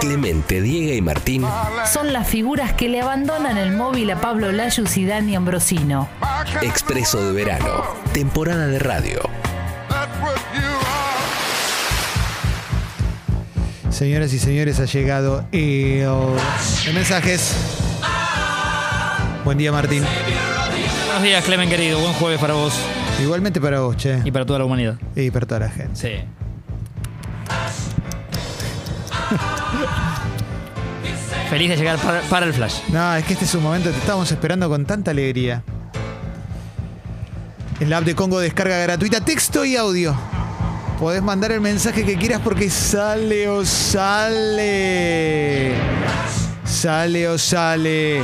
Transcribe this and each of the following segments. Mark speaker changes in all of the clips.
Speaker 1: Clemente, Diego y Martín
Speaker 2: Son las figuras que le abandonan el móvil a Pablo Layus y Dani Ambrosino.
Speaker 1: Expreso de Verano, temporada de radio.
Speaker 3: Señoras y señores, ha llegado el, de mensajes. Buen día, Martín.
Speaker 4: Buenos días, Clemen querido. Buen jueves para vos
Speaker 3: Igualmente para vos, che.
Speaker 4: y para toda la humanidad.
Speaker 3: Y para toda la gente.
Speaker 4: Sí. Feliz de llegar para, para el flash.
Speaker 3: No, es que este es un momento que te estábamos esperando con tanta alegría. En la app de Congo descarga gratuita texto y audio. Podés mandar el mensaje que quieras porque sale o sale. Sale o sale.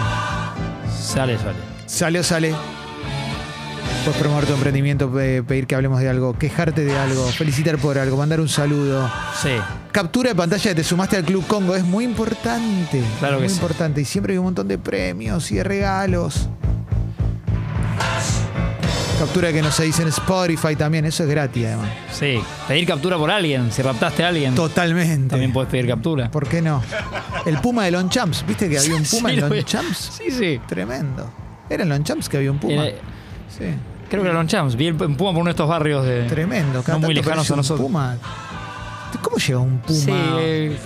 Speaker 4: Sale, sale.
Speaker 3: Sale o sale. Puedes promover tu emprendimiento, pe- pedir que hablemos de algo, quejarte de algo, felicitar por algo, mandar un saludo.
Speaker 4: Sí.
Speaker 3: Captura de pantalla de te sumaste al Club Congo, es muy importante.
Speaker 4: Claro que
Speaker 3: muy
Speaker 4: sí.
Speaker 3: importante. Y siempre hay un montón de premios y de regalos. Captura que nos dice en Spotify también, eso es gratis además.
Speaker 4: Sí. Pedir captura por alguien. Si raptaste a alguien,
Speaker 3: Totalmente.
Speaker 4: también podés pedir captura.
Speaker 3: ¿Por qué no? El Puma de Lonchamps, ¿viste que había un Puma
Speaker 4: Sí,
Speaker 3: en
Speaker 4: lo vi.
Speaker 3: Lonchamps?
Speaker 4: Sí, sí.
Speaker 3: Tremendo. Era en Lonchamps que había un Puma.
Speaker 4: Eh,
Speaker 3: Sí.
Speaker 4: creo que era Lonchamps. Vi el en Puma por uno de estos barrios de.
Speaker 3: Tremendo. cada
Speaker 4: No muy
Speaker 3: tanto
Speaker 4: lejanos
Speaker 3: aparece
Speaker 4: a
Speaker 3: un
Speaker 4: nosotros.
Speaker 3: Puma. ¿Cómo llega un Puma?
Speaker 4: Sí. eh,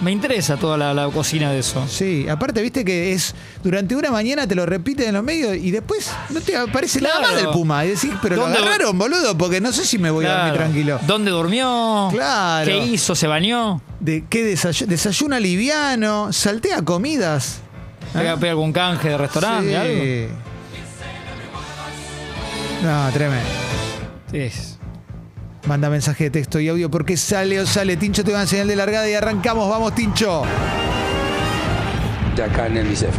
Speaker 4: me interesa toda la, la cocina de eso.
Speaker 3: Sí, aparte, viste que es durante una mañana te lo repiten en los medios y después no te aparece nada
Speaker 4: Claro.
Speaker 3: más del Puma. Y decís, pero lo
Speaker 4: ¿Dónde-
Speaker 3: agarraron, boludo, porque no sé si me voy a dormir tranquilo.
Speaker 4: ¿Dónde durmió?
Speaker 3: Claro.
Speaker 4: ¿Qué hizo? ¿Se bañó?
Speaker 3: ¿De qué desay- desayuna liviano? ¿Saltea comidas?
Speaker 4: ¿Pega,
Speaker 3: ¿Ah?
Speaker 4: pega algún canje de restaurante? Algo?
Speaker 3: Sí. No, tremendo.
Speaker 4: Sí.
Speaker 3: Manda mensaje de texto y audio porque sale o sale. Tincho te va a enseñar de largada y arrancamos. Vamos, Tincho.
Speaker 5: de acá en el ICEF.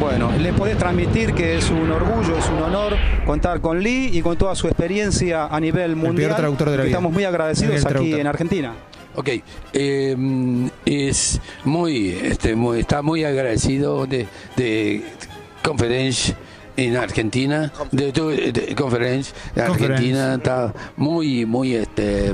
Speaker 6: Bueno, les podés transmitir que es un orgullo, es un honor contar con Lee y con toda su experiencia a nivel
Speaker 3: peor
Speaker 6: mundial.
Speaker 3: traductor de la
Speaker 6: que
Speaker 3: vida.
Speaker 6: Estamos muy agradecidos
Speaker 3: Miguel
Speaker 6: aquí
Speaker 3: Traductor.
Speaker 6: en Argentina.
Speaker 5: Ok, eh, es muy, este, muy- está muy agradecido de, de Conference en Argentina, de, tu- de Conference en
Speaker 3: Conference.
Speaker 5: Argentina, está muy, muy este,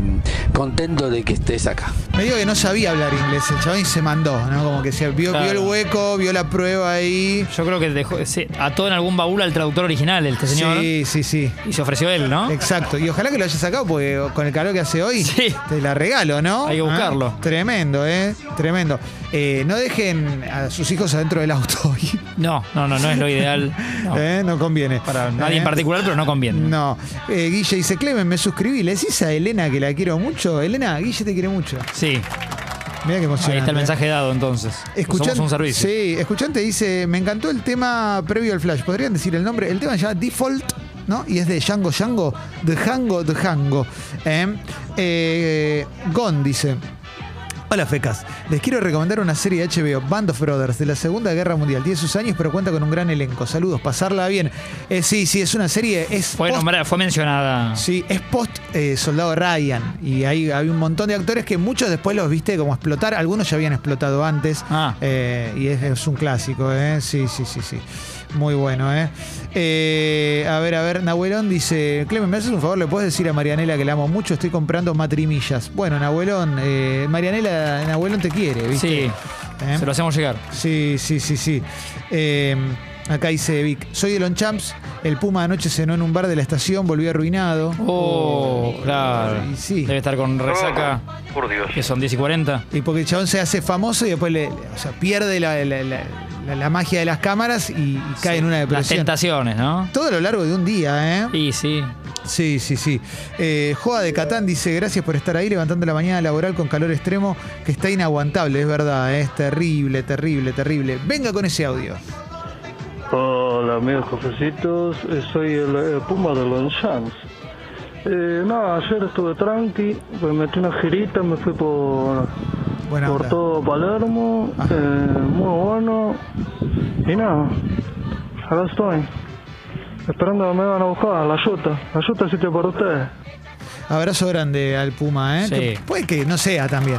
Speaker 5: contento de que estés acá.
Speaker 3: Me digo que no sabía hablar inglés el chabón y se mandó, ¿no? Como que se vio,
Speaker 4: Claro.
Speaker 3: vio el hueco, vio la prueba ahí.
Speaker 4: Yo creo que dejó, sí, ató en algún baúl al traductor original, este señor.
Speaker 3: Sí, sí, sí.
Speaker 4: Y se ofreció él, ¿no?
Speaker 3: Exacto. Y ojalá que lo hayas sacado porque con el calor que hace hoy
Speaker 4: Sí.
Speaker 3: te la regalo, ¿no?
Speaker 4: Hay que buscarlo.
Speaker 3: Ah, Tremendo, ¿eh? Tremendo. Eh, no dejen a sus hijos adentro del auto hoy.
Speaker 4: No, no, no, no es lo ideal. No,
Speaker 3: ¿Eh? No conviene.
Speaker 4: Para nadie
Speaker 3: ¿Eh?
Speaker 4: en particular, pero no conviene.
Speaker 3: No. Eh, Guille dice, Clemen, me suscribí. Le decís a Elena que la quiero mucho. Elena, Guille te quiere mucho.
Speaker 4: Sí,
Speaker 3: Mira qué emocionante.
Speaker 4: ahí está el
Speaker 3: ¿eh?
Speaker 4: mensaje dado entonces.
Speaker 3: Escuchan-
Speaker 4: Pues Somos un servicio.
Speaker 3: Sí, escuchante dice, me encantó el tema previo al flash. ¿Podrían decir el nombre? El tema ya Default, ¿no? Y es de Django Django, de Django Django. ¿eh? Eh, Gon dice. Hola fecas, les quiero recomendar una serie de HBO, Band of Brothers, de la Segunda Guerra Mundial. Tiene sus años, pero cuenta con un gran elenco. Saludos, pasarla bien. Eh, sí, sí, es una serie, es
Speaker 4: Fue,
Speaker 3: post-
Speaker 4: nombrada, fue mencionada.
Speaker 3: Sí, es post eh, Soldado Ryan. Y ahí había un montón de actores que muchos después los viste como explotar. Algunos ya habían explotado antes.
Speaker 4: Ah.
Speaker 3: Eh, y es, es un clásico, ¿eh? Sí, sí, sí, sí. Muy bueno, ¿eh? Eh, a ver, a ver, Nahuelón dice: Clemen, ¿me haces un favor? ¿Le puedes decir a Marianela que la amo mucho? Estoy comprando matrimillas. Bueno, Nahuelón, eh, Marianela, Nahuelón te quiere, ¿viste?
Speaker 4: Sí,
Speaker 3: ¿Eh?
Speaker 4: se lo hacemos llegar.
Speaker 3: Sí, sí, sí, sí. Eh, acá dice Vic, soy de Lonchamps, el Puma anoche cenó en un bar de la estación, volvió arruinado.
Speaker 4: Oh, claro. Eh.
Speaker 3: Y sí.
Speaker 4: Debe estar con resaca,
Speaker 7: Por Dios.
Speaker 4: que son 10 y 40.
Speaker 3: Y porque el chabón se hace famoso y después le, o sea, pierde la, la- la- la- la magia de las cámaras y, y cae en una
Speaker 4: Las
Speaker 3: depresión.
Speaker 4: tentaciones, ¿no?
Speaker 3: Todo a lo largo de un día, ¿eh?
Speaker 4: Y sí.
Speaker 3: Sí, sí, sí. Eh, Joa de Catán dice, gracias por estar ahí levantando la mañana laboral con calor extremo que está inaguantable, es verdad, ¿eh? es terrible, terrible, terrible. Venga con ese audio.
Speaker 8: Hola amigos cofrecitos, Eh, soy el, eh, Puma de Longchamps. Eh, no, ayer estuve tranqui, pues me metí una girita, me fui por,
Speaker 3: Buena
Speaker 8: por
Speaker 3: onda.
Speaker 8: todo Palermo,
Speaker 3: Ajá.
Speaker 8: eh, muy bueno. Y nada, acá estoy, esperando que me van a buscar, la yuta, la yuta es sitio para ustedes.
Speaker 3: Abrazo grande al Puma, ¿eh?
Speaker 4: Sí.
Speaker 3: Que puede que no sea también.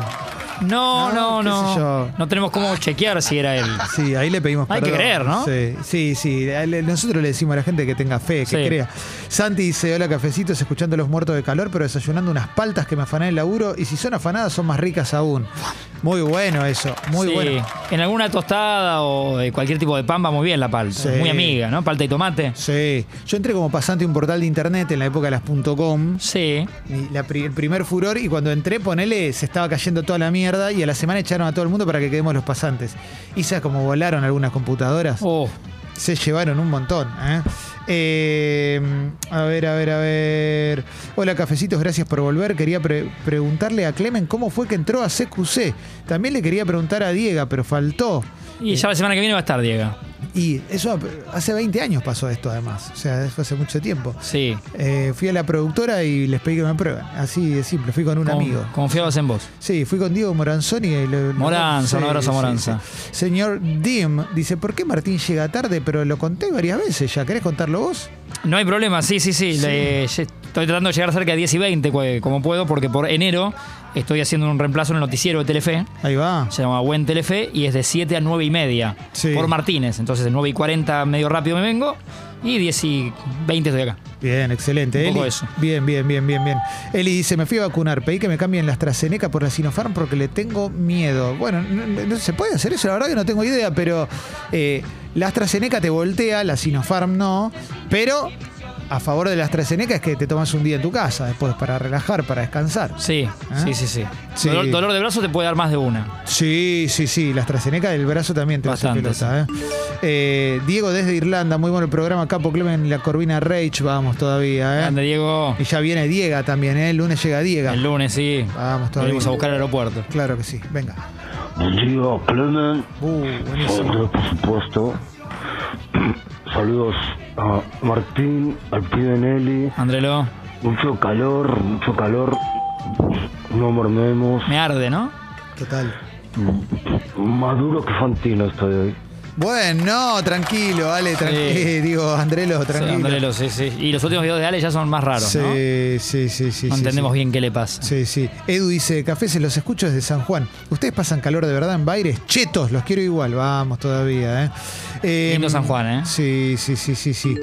Speaker 4: No,
Speaker 3: No,
Speaker 4: no,
Speaker 3: qué sé yo.
Speaker 4: no. No tenemos cómo chequear si era él.
Speaker 3: Sí, ahí le pedimos
Speaker 4: Hay que
Speaker 3: perdón.
Speaker 4: creer, ¿no?
Speaker 3: Sí, sí, sí. A él- Nosotros le decimos a la gente que tenga fe, que
Speaker 4: Sí.
Speaker 3: crea. Santi dice, hola cafecitos, escuchando los muertos de calor, pero desayunando unas paltas que me afanan el laburo y si son afanadas son más ricas aún. Muy bueno eso, muy
Speaker 4: Sí,
Speaker 3: bueno.
Speaker 4: En alguna tostada o de cualquier tipo de pan va muy bien la palta.
Speaker 3: Sí.
Speaker 4: Muy amiga, ¿no? Palta y tomate.
Speaker 3: Sí, yo entré como pasante a un portal de internet en la época de las .com
Speaker 4: Sí.
Speaker 3: y la pri- el primer furor y cuando entré, ponele, se estaba cayendo toda la mierda y a la semana echaron a todo el mundo para que quedemos los pasantes. Y sabes como volaron algunas computadoras,
Speaker 4: Oh,
Speaker 3: se llevaron un montón. ¿eh? Eh, a ver, a ver, a ver. Hola, cafecitos, gracias por volver. Quería pre- preguntarle a Clemen cómo fue que entró a CQC. También le quería preguntar a Diego, pero faltó.
Speaker 4: y ya la semana que viene va a estar, Diego.
Speaker 3: Y eso hace 20 años pasó esto además, o sea, eso hace mucho tiempo.
Speaker 4: Sí.
Speaker 3: Eh, fui a la productora y les pedí que me aprueben, así de simple, fui con un
Speaker 4: Con-
Speaker 3: amigo.
Speaker 4: Confiabas en vos.
Speaker 3: Sí, fui con Diego Moranzoni. y lo- lo-
Speaker 4: Moranza, un abrazo a Moranza.
Speaker 3: sí. Señor Dim dice, ¿por qué Martín llega tarde? Pero lo conté varias veces ya, ¿querés contarlo vos?
Speaker 4: No hay problema, sí, sí, sí. Le- ye- estoy tratando de llegar cerca de 10 y 20 cu- como puedo, porque por enero estoy haciendo un reemplazo en el noticiero de Telefe.
Speaker 3: Ahí va.
Speaker 4: Se llama Buen Telefe y es de 7 a 9 y media
Speaker 3: Sí.
Speaker 4: por Martínez. Entonces, de 9 y 40 medio rápido me vengo y 10 y 20 estoy acá.
Speaker 3: Bien, excelente.
Speaker 4: Un poco
Speaker 3: Eli,
Speaker 4: eso.
Speaker 3: bien, bien, bien, bien, bien. Eli dice, me fui a vacunar, pedí que me cambien la AstraZeneca por la Sinopharm porque le tengo miedo. Bueno, no, no- se puede hacer eso, la verdad que no tengo idea, pero eh, la AstraZeneca te voltea, la Sinopharm no, pero a favor de la AstraZeneca es que te tomas un día en tu casa después para relajar, para descansar.
Speaker 4: Sí,
Speaker 3: ¿Ah?
Speaker 4: sí, sí, sí.
Speaker 3: Sí.
Speaker 4: Dolor, dolor de brazo te puede dar más de una.
Speaker 3: Sí, sí, sí. La AstraZeneca del brazo también te hace
Speaker 4: Bastante,
Speaker 3: pelota. ¿eh? Eh, Diego desde Irlanda, muy bueno el programa. Capo Clemen y la Corvina Rage, vamos todavía.
Speaker 4: Grande,
Speaker 3: ¿eh?
Speaker 4: Diego.
Speaker 3: Y ya viene Diega también, ¿eh? el lunes llega Diega.
Speaker 4: El lunes, sí.
Speaker 3: Vamos todavía.
Speaker 4: Venimos a buscar el aeropuerto.
Speaker 3: Claro que sí, venga.
Speaker 7: Buen día, Clemen.
Speaker 3: Uh, buenísimo.
Speaker 7: Por supuesto. Saludos a Martín, al pibe Nelly.
Speaker 4: Andrelo,
Speaker 7: Mucho calor, mucho calor. No mormemos.
Speaker 4: me arde, ¿no?
Speaker 3: Total.
Speaker 7: Más duro que Fantino estoy hoy.
Speaker 3: Bueno, tranquilo, Ale, tranquilo.
Speaker 4: Sí.
Speaker 3: Digo, Andrelo,
Speaker 4: Sí,
Speaker 3: tranquilo.
Speaker 4: Andrelo, sí, sí. Y los últimos videos de Ale ya son más raros,
Speaker 3: sí,
Speaker 4: ¿no?
Speaker 3: sí, sí, sí.
Speaker 4: No
Speaker 3: sí,
Speaker 4: entendemos
Speaker 3: sí.
Speaker 4: bien qué le pasa.
Speaker 3: Sí, sí. Edu dice, café se los escucho desde San Juan. Ustedes pasan calor de verdad en Baires. Chetos, los quiero igual. Vamos todavía, ¿eh? Eh,
Speaker 4: Lindo San Juan, ¿eh?
Speaker 3: Sí, sí, sí, sí, sí.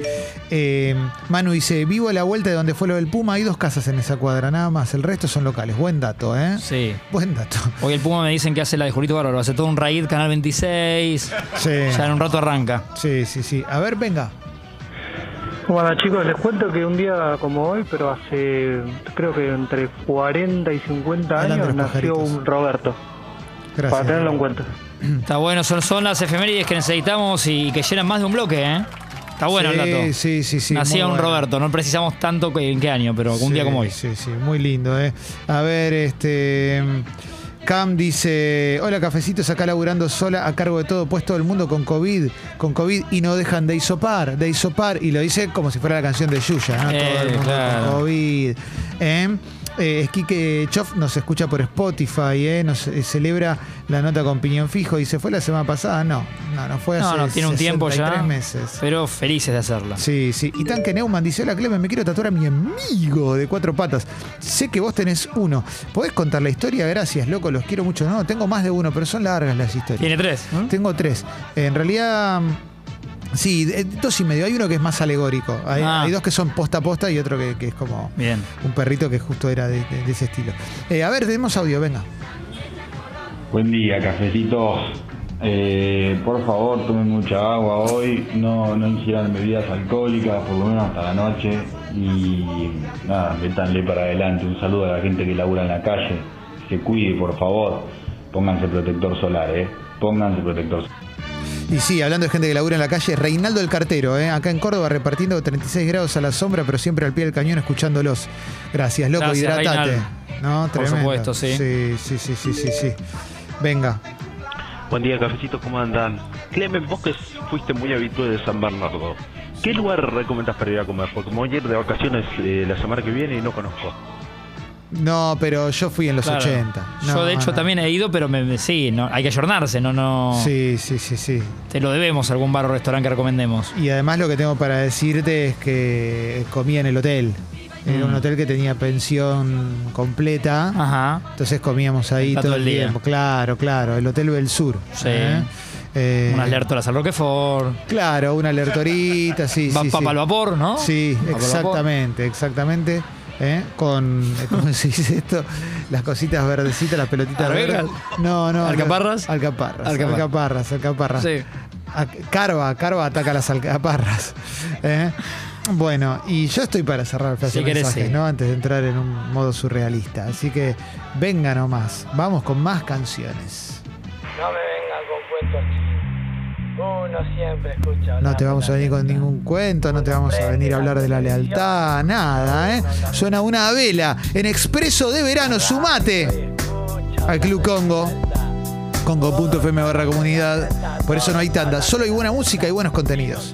Speaker 3: Eh, Manu dice, vivo a la vuelta de donde fue lo del Puma. Hay dos casas en esa cuadra, nada más. El resto son locales. Buen dato, ¿eh?
Speaker 4: Sí.
Speaker 3: Buen dato.
Speaker 4: Hoy el Puma me dicen que hace la de Julito Bárbaro. Hace todo un raid, Canal 26.
Speaker 3: Sí.
Speaker 4: Ya en un rato arranca.
Speaker 3: Sí, sí, sí. A ver, venga.
Speaker 8: Bueno chicos, les cuento que un día como hoy, pero hace creo que entre 40 y 50
Speaker 3: Adelante,
Speaker 8: años,
Speaker 3: los
Speaker 8: nació
Speaker 3: pajaritos.
Speaker 8: un Roberto,
Speaker 3: Gracias.
Speaker 8: para tenerlo en cuenta.
Speaker 4: Está bueno, son, son las efemérides que necesitamos y que llenan más de un bloque, ¿eh? Está bueno
Speaker 3: sí,
Speaker 4: el dato.
Speaker 3: Sí, sí, sí.
Speaker 4: Nacía
Speaker 3: muy
Speaker 4: un
Speaker 3: bueno.
Speaker 4: Roberto, no precisamos tanto que- en qué año, pero algún día
Speaker 3: Sí,
Speaker 4: como hoy.
Speaker 3: Sí, sí, muy lindo, ¿eh? A ver, este. Cam dice, hola cafecitos, acá laburando sola, a cargo de todo, pues todo el mundo con COVID, con COVID y no dejan de isopar, de isopar, y lo dice como si fuera la canción de Yuya, ¿no?
Speaker 4: Eh,
Speaker 3: todo el mundo
Speaker 4: claro.
Speaker 3: con COVID. ¿eh? Eh, es Quique Choff, nos escucha por Spotify, ¿eh? nos eh, celebra la nota con piñón fijo, y se fue la semana pasada, no, no, no fue hace
Speaker 4: No, no, tiene un tiempo ya.
Speaker 3: 63 meses.
Speaker 4: Pero felices de hacerla.
Speaker 3: Sí, sí. Y Tanque Neumann dice, hola Clemen, me quiero tatuar a mi amigo de cuatro patas. Sé que vos tenés uno. ¿Podés contar la historia? Gracias, loco, los quiero mucho. No, tengo más de uno, pero son largas las historias. ¿Mm?
Speaker 4: Tiene tres. ¿eh?
Speaker 3: Tengo tres. En realidad... Sí, eh, dos y medio. Hay uno que es más alegórico. Hay,
Speaker 4: Ah.
Speaker 3: hay dos que son posta a posta y otro que, que es como
Speaker 4: Bien.
Speaker 3: un perrito que justo era de, de- de ese estilo. Eh, a ver, tenemos audio, venga.
Speaker 9: Buen día, cafecitos. Eh, por favor, tomen mucha agua hoy. No, no ingieran bebidas alcohólicas, por lo menos hasta la noche. Y nada, métanle para adelante. Un saludo a la gente que labura en la calle. Se cuide, por favor. Pónganse protector solar, ¿eh? Pónganse protector solar.
Speaker 3: Y sí, hablando de gente que labura en la calle, Reinaldo el Cartero, ¿eh? acá en Córdoba repartiendo 36 grados a la sombra, pero siempre al pie del cañón escuchándolos. Gracias, loco,
Speaker 4: Gracias,
Speaker 3: hidratate.
Speaker 4: Reinaldo.
Speaker 3: ¿No?
Speaker 4: Por
Speaker 3: Tremendo.
Speaker 4: supuesto, sí.
Speaker 3: Sí, sí, sí, sí, sí, sí. Venga.
Speaker 10: Buen día, cafecitos, ¿cómo andan? Clemen, vos que fuiste muy habitual de San Bernardo, ¿qué lugar recomendás para ir a comer? Porque me voy a ir de vacaciones eh, la semana que viene y no conozco.
Speaker 3: No, pero yo fui en los
Speaker 4: Claro.
Speaker 3: 80. No,
Speaker 4: Yo de hecho
Speaker 3: no.
Speaker 4: también he ido, pero me, me- sí, no, hay que ayornarse, no, no.
Speaker 3: Sí, sí, sí, sí.
Speaker 4: Te lo debemos algún bar o restaurante que recomendemos.
Speaker 3: Y además lo que tengo para decirte es que comía en el hotel. Era un
Speaker 4: Mm.
Speaker 3: hotel que tenía pensión completa.
Speaker 4: Ajá.
Speaker 3: Entonces comíamos ahí
Speaker 4: Está
Speaker 3: todo el día. tiempo. Claro, claro. El Hotel Bel Sur.
Speaker 4: Sí.
Speaker 3: Eh,
Speaker 4: Unas lertoras al Roquefort.
Speaker 3: Claro, una alertorita, sí,
Speaker 4: va
Speaker 3: sí,
Speaker 4: papa
Speaker 3: sí.
Speaker 4: al vapor, ¿no?
Speaker 3: Sí,
Speaker 4: Papa al vapor.
Speaker 3: exactamente, exactamente. ¿eh? con, ¿cómo se dice esto? Las cositas verdecitas, las pelotitas
Speaker 4: ¿Arvejas?
Speaker 3: verdes. No, no. alca-
Speaker 4: ¿Alcaparras?
Speaker 3: Alcaparras.
Speaker 4: Alcaparras.
Speaker 3: Alcaparras, alcaparras.
Speaker 4: Sí.
Speaker 3: A- Ah, Carva, Carva ataca las alcaparras. ¿eh? Bueno, y yo estoy para cerrar el flash
Speaker 4: Si
Speaker 3: de
Speaker 4: querés,
Speaker 3: mensajes,
Speaker 4: sí.
Speaker 3: ¿no? Antes de entrar en un modo surrealista. Así que venga nomás. Vamos con más canciones.
Speaker 11: No me vengan con cuentos, chicos. Uno siempre escucha.
Speaker 3: No te vamos a venir con ningún cuento, no te vamos a venir a hablar de la lealtad, nada, ¿eh? Suena una vela en expreso de verano, sumate al Club Congo. Congo.fm barra comunidad. Por eso no hay tanda, solo hay buena música y buenos contenidos.